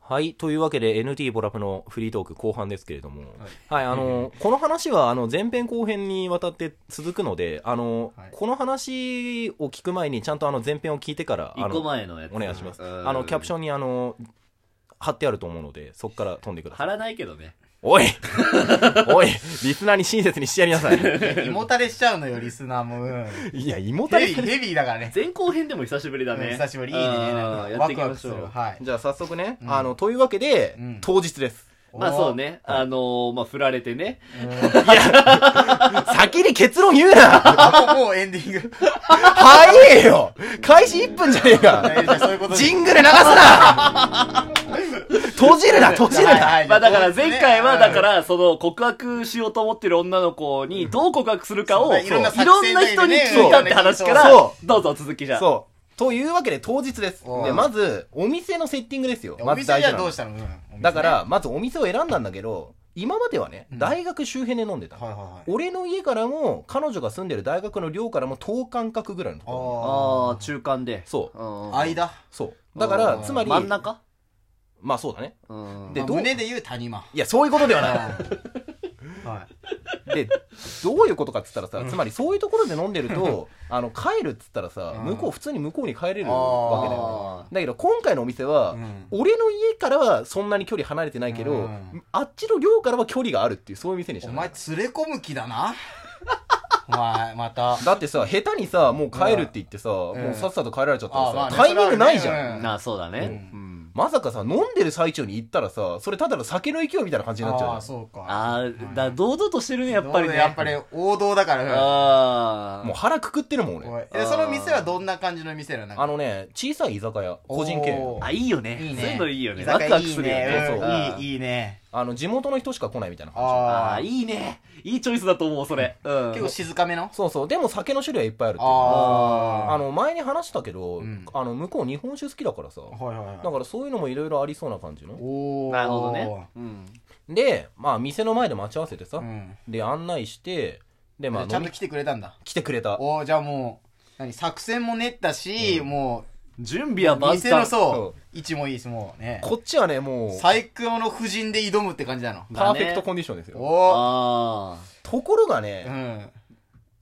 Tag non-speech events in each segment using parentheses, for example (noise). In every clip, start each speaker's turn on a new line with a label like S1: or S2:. S1: はい。というわけで、NT ボラフのフリートーク後半ですけれども、はい、あの、この話は、あの、前編後編にわたって続くので、あの、
S2: はい
S1: この話を聞く前に、ちゃんとあの、前編を聞いてから、あ
S3: 一個
S1: の、
S3: 前のやつ。
S1: お願いします。
S3: うん
S1: あの、キャプションに、あの、貼ってあると思うので、そこから飛んでくださ
S3: 貼
S1: い。
S3: らないけどね。
S1: おい (laughs) おいリスナーに親切にしてやりなさい。
S2: 胃もたれしちゃうのよ、リスナーも。うん
S1: いや、胃もた
S2: ヘ
S1: れ
S2: ビー、ヘビーだからね。
S3: 前後編でも久しぶりだ
S2: うん
S3: ね。
S2: 久しぶり。いいね。
S3: うん
S2: なんか
S3: やっ
S2: ワ
S3: てい
S2: ク
S3: き
S2: ワ
S3: ま
S2: ク
S3: し
S2: す
S3: ょ
S2: る。
S3: う。
S2: はい。
S1: じゃあ早速ね、
S2: うん
S1: あの、というわけで、
S2: うん
S1: 当日です。
S3: まあそうね、あのー、まあ振られてね。
S1: 先に結論言うな
S2: あ。もうエンディング。
S1: 早えよ開始1分じゃねえ
S2: はい
S1: か
S2: じゃあそういうことで
S1: ジングル流す
S2: (laughs)
S1: な閉じるな閉じるな、
S2: はい
S3: まあだから前回はだか、
S2: はい
S3: ら、その告白しようと思ってる女の子にどう告白するかを、
S2: そう
S3: い
S2: い
S3: ろ
S2: ろん
S3: んな
S2: な
S3: 人
S2: 作
S3: に
S2: 戦でね
S3: 聞いたって話か
S1: そ
S3: ら、どうぞ続きじゃ。
S1: そう。というわけで当日です。
S2: おう
S1: で、まず、お店のセッティングですよ。
S2: じゃあ
S1: ま
S2: お
S1: ず
S2: 店
S1: 大
S2: じゃ
S1: 事
S2: あ
S1: な
S2: ど
S1: の
S2: うしたのうん
S1: だから、まずお店を選んだんだけど、今まではね、
S2: うん
S1: 大学周辺で飲んでたの。
S2: はいはいはい。
S1: 俺の家からも、彼女が住んでる大学の寮からも等間隔ぐらいのところ。
S3: ああ、中間で。
S1: そう。
S3: うん
S2: 間。
S1: そう。だから、
S2: うん
S1: つまり、
S3: 真ん中
S1: まあそうだね。
S3: うん
S1: で
S2: まあ
S1: どう
S2: 胸で言う谷間。
S1: いや、そういうことではない。
S2: は
S1: で、どういうことかっつったらさ、つまりそういうところで飲んでる
S2: (laughs)
S1: と、あの、帰るっつったらさ、
S2: うん
S1: 向こう、普通に向こうに帰れる
S2: あー
S1: わけだよね。だけど、今回のお店は、
S2: うん
S1: 俺の家からはそんなに距離離れてないけど、
S2: うん
S1: あっちの寮からは距離があるっていう、そういう店に
S2: い。
S1: し
S2: お
S1: たの
S2: 前、連れ込む気だな。お前、また。
S1: だってさ、下手にさ、もう帰るって言ってさ、
S2: ん
S1: もうさっさと帰られちゃった
S2: あーま
S1: ら
S2: あ
S1: さ、
S2: ね
S1: タイミングないじ
S2: それはある
S1: ゃん。
S2: ねうん
S3: なあ、そうだね。
S2: う
S3: うん
S1: まさかさ、飲んでる最中に行ったらさ、それただの酒の勢いみたいな感じになっちゃう
S2: ああ、
S1: じゃ
S2: そうか。
S3: ああ、だ、堂々としてるね、やっぱりね。
S2: やっぱり王道だから。
S3: あ
S1: ん。
S3: あ。
S1: もう腹くくってるもん、
S2: お
S1: 俺。
S2: いえその店はどんな感じの店なの
S1: あのね、小さい居酒屋、個人経営
S2: お。ー
S3: あ、いいよね。
S2: いいね。
S3: そういうのいいよね。
S2: 居
S3: ワ
S2: 酒
S3: ク
S2: 屋
S3: ワク
S2: いい
S3: するよね
S2: ね。。
S1: そううん
S3: あー
S2: いい、いいね。
S1: あの、地元の人しか来ないみたいな感
S3: あ
S2: ああ
S3: あ、。いいね。いいチョイスだと思う、それ。うん。
S2: 結構静かめの
S1: じ。そうそう。でも酒の種類はいっぱいあるっていう。
S2: あ
S1: あの、前に話したけど、
S2: うん
S1: あの、向こう日本酒好きだからさ。
S2: はいはい
S1: だからそういうのもいろいろありそうな感じの。
S2: おー
S3: なるほどね。。うん。
S1: で、まあ、店の前で待ち合わせてさ。
S2: うん。
S1: で、案内して、で、まあ、
S2: ちゃ
S1: 飲
S2: ん
S1: み
S2: と来てくれたんだ。
S1: 来てくれた。
S2: おーじゃあもう、何、作戦も練ったし、も
S3: 準備は
S2: う、
S3: 万
S2: 店の
S3: 端。
S1: そ
S2: そう、位置もいいし、もうね。
S1: こっちはね、もう、
S2: 最強の布陣で挑むって感じなの。
S1: パーフェクトコンディションですよ。
S2: おお。
S3: あ
S1: ところが
S2: う
S1: ね、
S2: ん。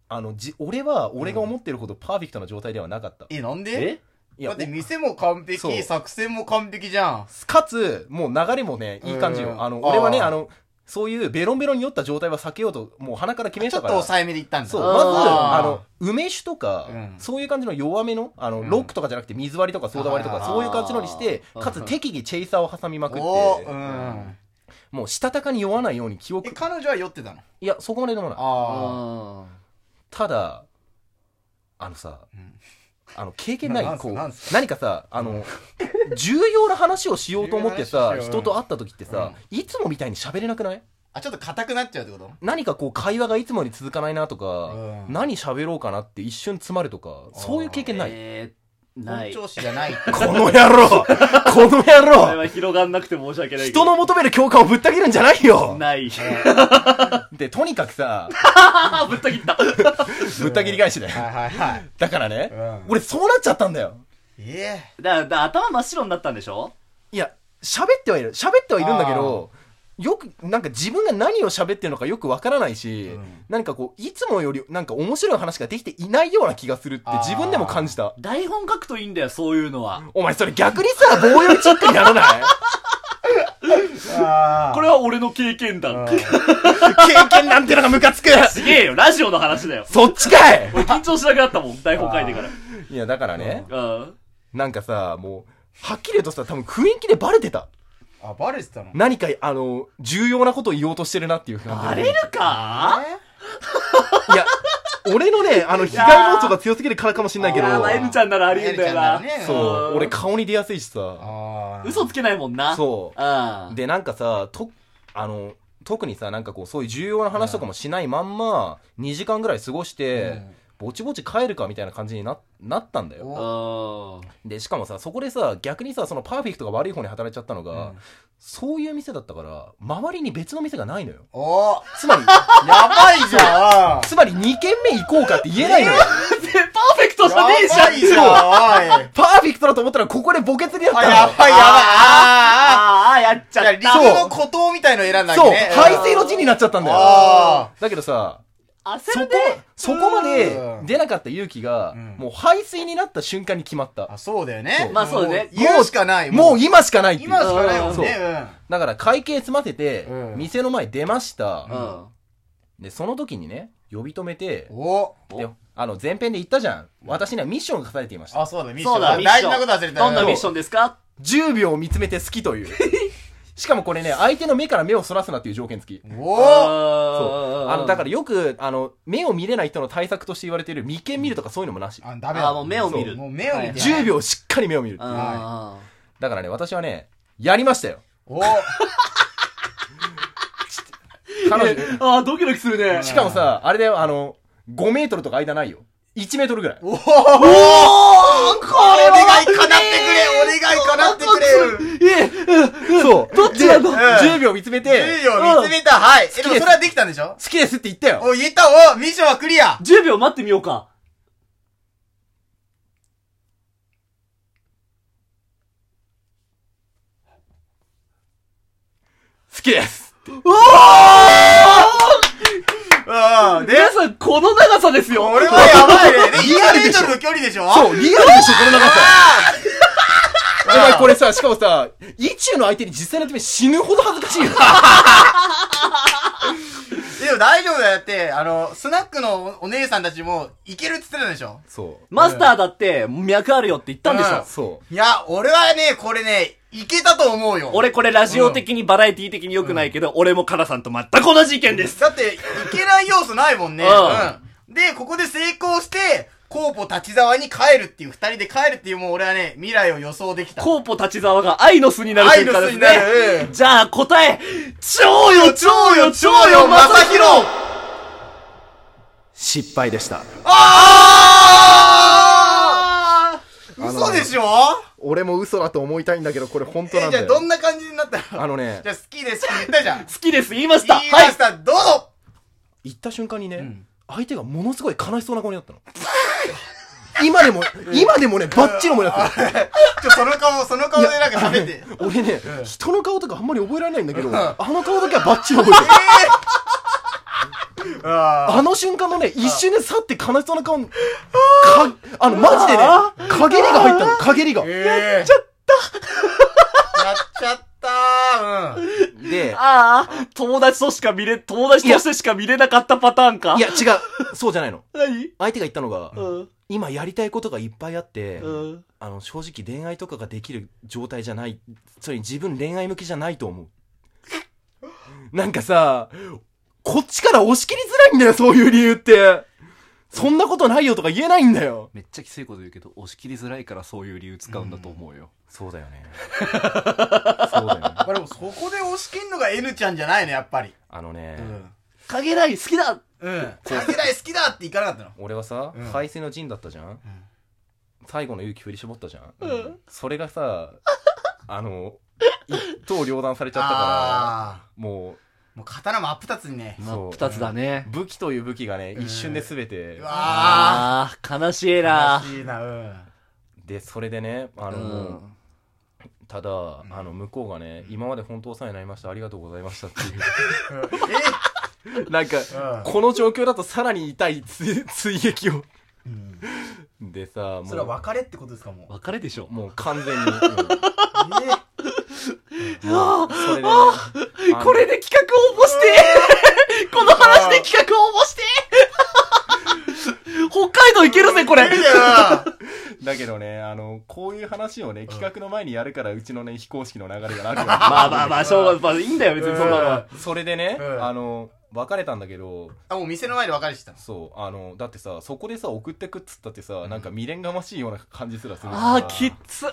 S1: あの、じ、俺は、俺が思ってるほどパーフェクトな状態ではなかった。
S2: え、なん
S3: あ。
S2: で
S3: え
S1: い
S2: だ
S1: や
S2: って、店も完
S1: そう
S2: 璧、作戦も完璧じゃん。
S1: かつ、もう流れもね、いい感じ
S2: う
S1: よ。
S2: ん
S1: あの、俺はね、
S2: あー
S1: あの、そういうベロンベロンに酔った状態は避けようと、もう鼻から決め
S2: ちょ
S1: た
S2: っと
S1: から。
S2: 抑えめでいったんだ。
S1: そう、
S3: あー
S1: まず、
S3: あ
S1: あ
S2: ー
S1: の、梅酒とか、
S2: うん
S1: そういう感じの弱めの、あの、
S2: うん
S1: ロックとかじゃなくて水割りとかソーダ割りとか、
S2: あ
S3: ー
S1: そういう感じのにして、
S3: あー
S1: かつ適宜チェイサーを挟みまくって、
S2: おおうん。
S1: もうしたたかに酔わないように記
S2: え、
S1: 憶、
S2: 彼女は酔ってたの
S1: いや、そこまで飲まない。
S2: あ
S3: あ
S1: ただ、あのさ、
S2: ん
S1: あの、経験ない
S2: な、なんすか
S1: こう
S2: なんす、
S1: 何かさ、あの、重要な話をしようと思ってさ
S2: (laughs) 重要な、話しよ
S1: 人
S2: う
S1: と会った時ってさ、いつもみたいに喋れなくない
S2: あ。あ、ちょっと硬くなっちゃうってこと
S1: 何かこう会話がいつもより続かないなとか、
S2: うん
S1: 何喋ろうかなって一瞬詰まるとか、そういう経
S3: あ。
S1: 験ない。
S3: えー、な
S2: 本
S3: い。
S2: 調子じゃない。
S1: この野郎この野
S3: これ
S1: (laughs) 郎
S3: は広がんなくて申し訳ないけど。
S1: 人の求める共感をぶった切るんじゃないよ
S3: ない。
S1: で、とにかくさ、
S3: あ、 (laughs) ぶった切った。
S1: (laughs) ぶった切り返しだよ。
S2: はいはいはい。
S1: だからね、
S2: うん
S1: 俺そうなっちゃったんだよ。
S2: え
S3: だ、だ、頭真っ白になったんでしょ
S1: いや、喋ってはいる。喋ってはいるんだけど、よく、なんか自分が何を喋ってるのかよくわからないし、
S2: うん
S1: なんかこう、いつもよりなんか面白い話ができていないような気がするって
S2: あー
S1: 自分でも感じた。
S3: 台本書くといいんだよ、そういうのは。
S1: お前それ逆にさ、棒読みチックになら (laughs) ない
S2: え。あ
S3: これは俺の経験談。
S1: 経験なんてのがムカつく
S3: すげえよ、ラジオの話だよ。
S1: そっちかい
S3: 俺緊張しなくなったもん、台本書いてから。
S1: いや、だからね、
S3: うん。
S1: なんかさ、もう、はっきり言うとさ、多分雰囲気でバレてた。
S2: あ、バレてたの
S1: 何か、あの、重要なことを言おうとしてるなっていう感じ。
S3: バレるか
S1: いや、俺の
S3: (laughs)
S1: ね、あの、被害妄想が強すぎるからかもしんないけ
S3: い
S1: ど、
S3: やーまあ N ちゃんならありえんだよな。
S2: N ちゃんならね
S1: そうう、
S3: ん
S1: 俺顔に出やすいしさ。
S2: ああ。
S3: 嘘つけないもんな。
S1: そう
S3: うん。
S1: で、なんかさ、と、あの、特にさ、なんかこう、そういう重要な話とかもしないまんま、2時間ぐらい過ごして、ぼちぼち帰るかみたいな感じにな、なったんだよ。
S2: お
S3: うん。
S1: で、しかもさ、そこでさ、逆にさ、そのパーフェクトが悪い方に働いちゃったのが、
S2: うん
S1: そういう店だったから、周りに別の店がないのよ。
S2: おー
S1: つまり、 (laughs)
S2: やばいじゃん
S1: つまり2軒目行こうかって言えないのよ。
S3: でパーフェクトじゃねえじゃん
S2: やばいじゃんおい
S1: パーフェクトだと思ったら、ここでボケツになっ
S2: あ、
S1: たの
S2: やばいやばいあーあから理由の孤島みたいの選んだわ
S1: そう
S2: けね。
S1: 排水の地になっちゃったんだよ
S2: あ
S1: だけどさそ
S3: 焦
S1: こ
S3: るね
S1: そこまで
S2: うん
S1: 出なかった勇気が
S2: うん
S1: もう排水になった瞬間に決まっ
S2: ー
S1: た
S2: あ、そうだよ
S1: そ
S2: ね
S1: う。
S3: まあそうだね
S2: も言うしかない。
S1: もう今しかないっていう
S2: 今しかないもん
S1: そう
S2: ね。うん
S1: だから会計済ませて
S2: うん
S1: 店の前出ました
S3: う、ん
S1: でその時にね呼び止めて
S2: お
S1: であの前編で言ったじゃん私にはミッションが課されていました
S2: あ、そうだ、ミッション。
S3: そうだ、ミッション
S2: 大事なこと忘れてたよ
S3: どんなミッションですか、
S1: 10秒見つめて好きという (laughs) しかもこれね相手の目から目をそらすなっていう条件付き
S2: お
S1: そうあのだかららよくあの目を見れない人の対策として言われている眉間見るとかそういうのもなし
S2: あ、ダメだ。
S3: あもう目を見る
S2: そうもう目を見て。
S1: 10。秒しっかり目を見る
S3: うん
S2: は
S1: だからね私はねやりましたよ
S2: お
S1: 彼女
S3: ああ、ドキドキするね。
S1: しかもさあれだよあの5メートルとか間ないよ1メートルぐらい
S2: おお
S3: お
S2: お
S3: おこ
S2: お
S3: れ
S2: 願
S3: はい
S2: 叶ってくれお願い叶ってくれ
S3: ええ、
S1: そうどっ
S3: ちなの
S1: 10秒見つめて
S2: 10秒見つめた、はい。え、でもそれはできたんでしょ
S1: 好きですって言ったよ
S2: お、言えたおミッションはクリア
S3: 10秒待ってみようか。
S1: 好きです
S3: おお
S2: うん。で、
S3: 皆さん、この長さですよ。
S2: 俺はやば (laughs) いね。で、
S1: リアル
S2: 1メ
S1: で
S2: ー
S1: し
S2: ト
S1: ょ
S2: ルの距離でしょ
S1: そうリアルでしょこの長さ
S2: あー
S1: お前これさしかもさ意中の相手に実際の手目死ぬほど恥ずかし
S2: (laughs)
S1: いよ
S2: でも大丈夫だよ。だって、あの、スナックのお姉さんたちも、いけるって言ってたでしょ
S1: そう
S3: マスターだって、脈あるよって言ったんでしょ。
S1: そう
S2: いや、俺はね、これね、いけたと思うよ。。
S3: 俺これラジオ的にバラエティ的に良くないけど、俺もカラさんと全く同じ意見です。
S2: だって、いけない要素ないもんね。
S3: う
S2: うん。で、ここで成功して、コーポ立ち沢に帰るっていう、二人で帰るっていう、もう俺はね、未来を予想できた。
S3: コーポ立ち沢が愛の巣になる瞬間ですね。
S2: 愛の巣になるうん
S3: じゃあ答え、超よ超よ超よま
S2: 正
S3: さひろ
S2: 宏
S1: 失敗でした
S2: あー
S1: あの
S2: 嘘でしょ
S1: 俺も嘘だと思いたいんだけどこれ本当な
S2: え、
S1: ん
S2: じ
S1: だ
S2: ゃあ
S1: よ
S2: どんな感じになったの
S1: あのね
S2: じゃあ好きですって言ったじゃん。
S3: 好きです、言いました。
S2: 言いました、どうぞ
S1: 行った瞬間にね、
S2: ん
S1: 相手がものすごい悲しそうな顔になったの今でも今でもねバッチリ思い出すの
S2: ちょ、その顔、その顔でなんか食べて。え
S1: 俺ね、
S2: うん
S1: 人の顔とかあんまり覚えられないんだけど、
S2: うん
S1: あの顔だけはバッチリ覚えてる。
S2: ー、あ
S1: あの瞬間のね、一瞬で去って悲しそうな顔、か、あの、マジでね、陰りが入ったの、陰りが
S2: ー。やっちゃったやっちゃったーうん。
S1: で、
S3: ああ、友達としか見れ、友達としてしか見れなかったパターンか。
S1: いや、違う、そうじゃないの。
S3: 何
S1: 相手が言ったのが、
S3: うん。
S1: 今やりたいことがいっぱいあって、
S3: うん。
S1: あの、正直恋愛とかができる状態じゃない、それに自分恋愛向きじゃないと思う。なんかさ、こっちから押し切りづらいんだよ、そういう理由って。そんなことないよとか言えないんだよ。
S3: めっちゃきついこと言うけど、押し切りづらいからそういう理由使うんだと思うよ。
S1: そうだよね。そうだよね。
S2: これもうそこで押し切んのが N ちゃんじゃないの、やっぱり。
S1: あのね、
S2: うん。
S3: 影ない、好きだ
S2: うん。かけない好きだっていかなかったの。
S1: 俺はさ、
S2: うん
S1: 排水の陣だったじゃん、最後の勇気振り絞ったじゃん、
S3: ん
S1: それがさ、あの、一刀両断されちゃったか
S2: あ
S1: ら、も
S2: ー。もう刀もアップタツにね。
S3: ま
S1: そ
S3: あ、
S1: う
S3: 二つだね
S1: う、。武器という武器がね、一瞬で全て、
S2: うわ
S3: ああ、悲しい
S2: ー。
S3: な。
S2: 悲しいな、うん。
S1: で、それでね、あ
S3: う
S1: の、
S3: ん。
S1: ただ、あの、向こうがね、今まで本当お世話になりました、ありがとうございましたっていう。なんか、
S2: え
S1: この状況だとさらに痛いつ追撃を。
S2: うん。
S1: でさ、もう、
S2: それは別れってことですか、もう。
S3: 別れでしょ。
S1: もう完全に。うん
S2: え
S1: まあそれでねあの
S3: これで企画応募 (laughs) してこの話で企画応募 (laughs) して北海道行けるぜ、これ
S2: えだよ
S1: だけどね、あの、こういう話をね、企画の前にやるから、うちのね、非公式の流れがなくなる
S3: まあまあまあ、しょうがまあいいんだよ、別にそんなのは。
S1: それでね、
S2: うん
S1: あの、別れたんだけど、
S2: あ、もう店の前で別れしてたの。
S1: そう、あの、だってさ、そこでさ、送ってくっつったってさ、なんか未練がましいような感じすらする。
S3: ああ、きっつ。
S2: あ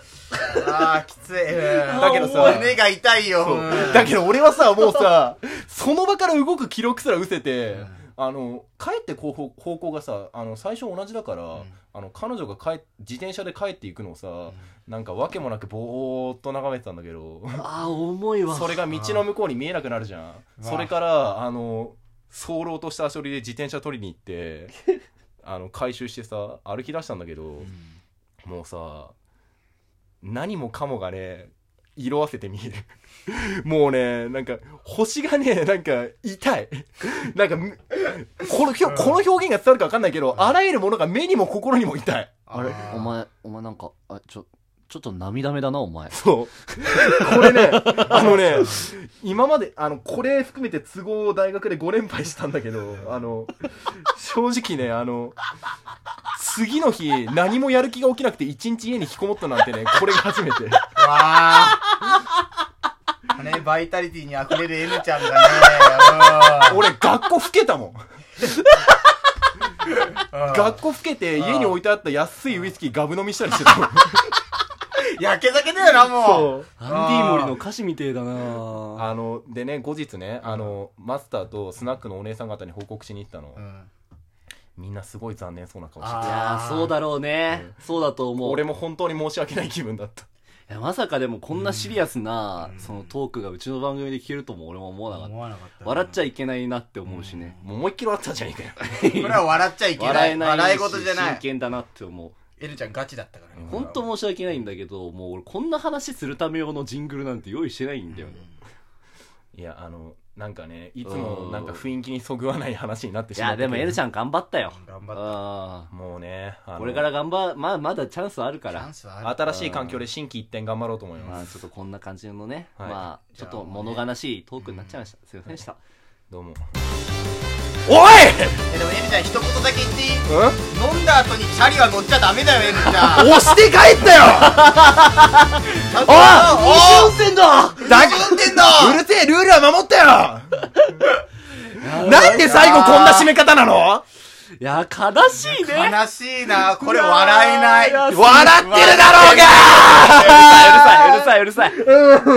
S2: あ、きつい。だ
S1: だけどさ
S2: 胸が痛いよ。
S1: そう
S2: うん
S1: だけど俺はさ、もうさ、その場から動く記録すら失せて、
S2: うん
S1: あの、帰ってこう方方向がさ、あの、最初同じだから、あの、彼女が帰っ、自転車で帰っていくのをさ、なんかわけもなくぼーっと眺めてたんだけど、
S3: ああ、重いわ。
S1: それが道の向こうに見えなくなるじゃん
S2: ー
S1: それからあの早漏とした足取りで自転車取りに行ってあの回収してさ歩き出したんだけど、もうさ何もかもがね色あせて見える。 (laughs) もうね、なんか、星がね、なんか、痛い。 (laughs) なんか、むこのひょ、この表現が伝わるかわかんないけど、あらゆるものが目にも心にも痛い。
S2: あ
S3: あれ
S2: ー
S3: お前、お前なんか、あ、ちょ、ちょっと涙目だな、お前。
S1: そう。 (laughs) これね、あのね、今まで、あの、これ含めて都合を大学で5連敗したんだけど、あの、正直ね、あの、次の日、何もやる気が起きなくて一日家に引きこもったなんてね、これが初めて。
S2: わあ。ね、バイタリティに溢れる N ちゃんがね、
S1: (laughs)
S2: あ
S1: 俺、学校老けたもん。
S2: のー
S1: 学校老けて、家に置いてあった安いウイスキーガブ飲みしたりしてたもん。
S2: うんやけ酒だよな、もう。
S1: う。
S3: ア
S2: ンディーモリの
S3: 歌詞みてえだな
S1: あの、でね、後日ね、あの、マスターとスナックのお姉さん方に報告しに行ったの
S2: う。ん
S1: みんなすごい残念そうな顔して
S3: い
S1: た。
S3: やーそうだろうね。そうだと思う。
S1: 俺
S3: い
S1: も本当に申し訳ない気分だった。
S3: や、まさかでもこんなシリアスな、
S2: うん
S3: そのトークがうちの番組で聞けるとも俺も思わなかった。
S2: わなかった
S3: 笑っちゃ
S2: い
S3: いけないなって思うしね。
S1: もう思いっきりあったじゃねえかよ。
S2: けない。これは笑っちゃいけない。
S3: 笑
S2: 笑
S3: え
S2: い
S3: ないし
S2: 事じゃな
S3: 真
S2: い。
S3: 剣だなって思う。
S2: N ちゃんガチだったからね。
S3: 本当申し訳ないんだけど、もう俺こんな話するため用のジングルなんて用意してないんだよね。
S1: いや、あの、なんかね、いつもなんか雰囲気にそぐわない話になって
S3: い
S1: しま
S3: や、
S1: ったけ
S3: で
S1: ど。
S3: も N ちゃん頑張ったよ。
S2: 頑張っ
S3: あ
S1: もうね、あ
S3: あ。
S1: の
S3: これから頑張、まあ、まだチャンスはあるか
S2: た。チ
S3: ら
S2: ャン。スはある。
S1: 新しい環境で心機一転頑張ろうと思いま。
S3: ますあ、ちょっとこんな感じのね、
S1: はい
S3: まあ、ちょっと物悲しいトークになっちゃいました。すいませんでした。
S1: どうも。おい
S2: えでも N ちゃん一言だけ言っていい飲んだ後にチャリは乗っちゃダメだよ、N ちゃん。
S1: 押
S3: (laughs)
S1: して帰ったよ
S2: ちゃんと
S1: おい運転だ
S2: 大丈夫運転だ
S1: (laughs) うるせえルールは守ったよ (laughs) なんで最後こんな締め方なの
S3: いやー、悲しいね。
S2: 悲しいな、これ笑えない。
S3: やー
S1: 笑ってるだろうが
S3: うるさい、うるさい、うるさい。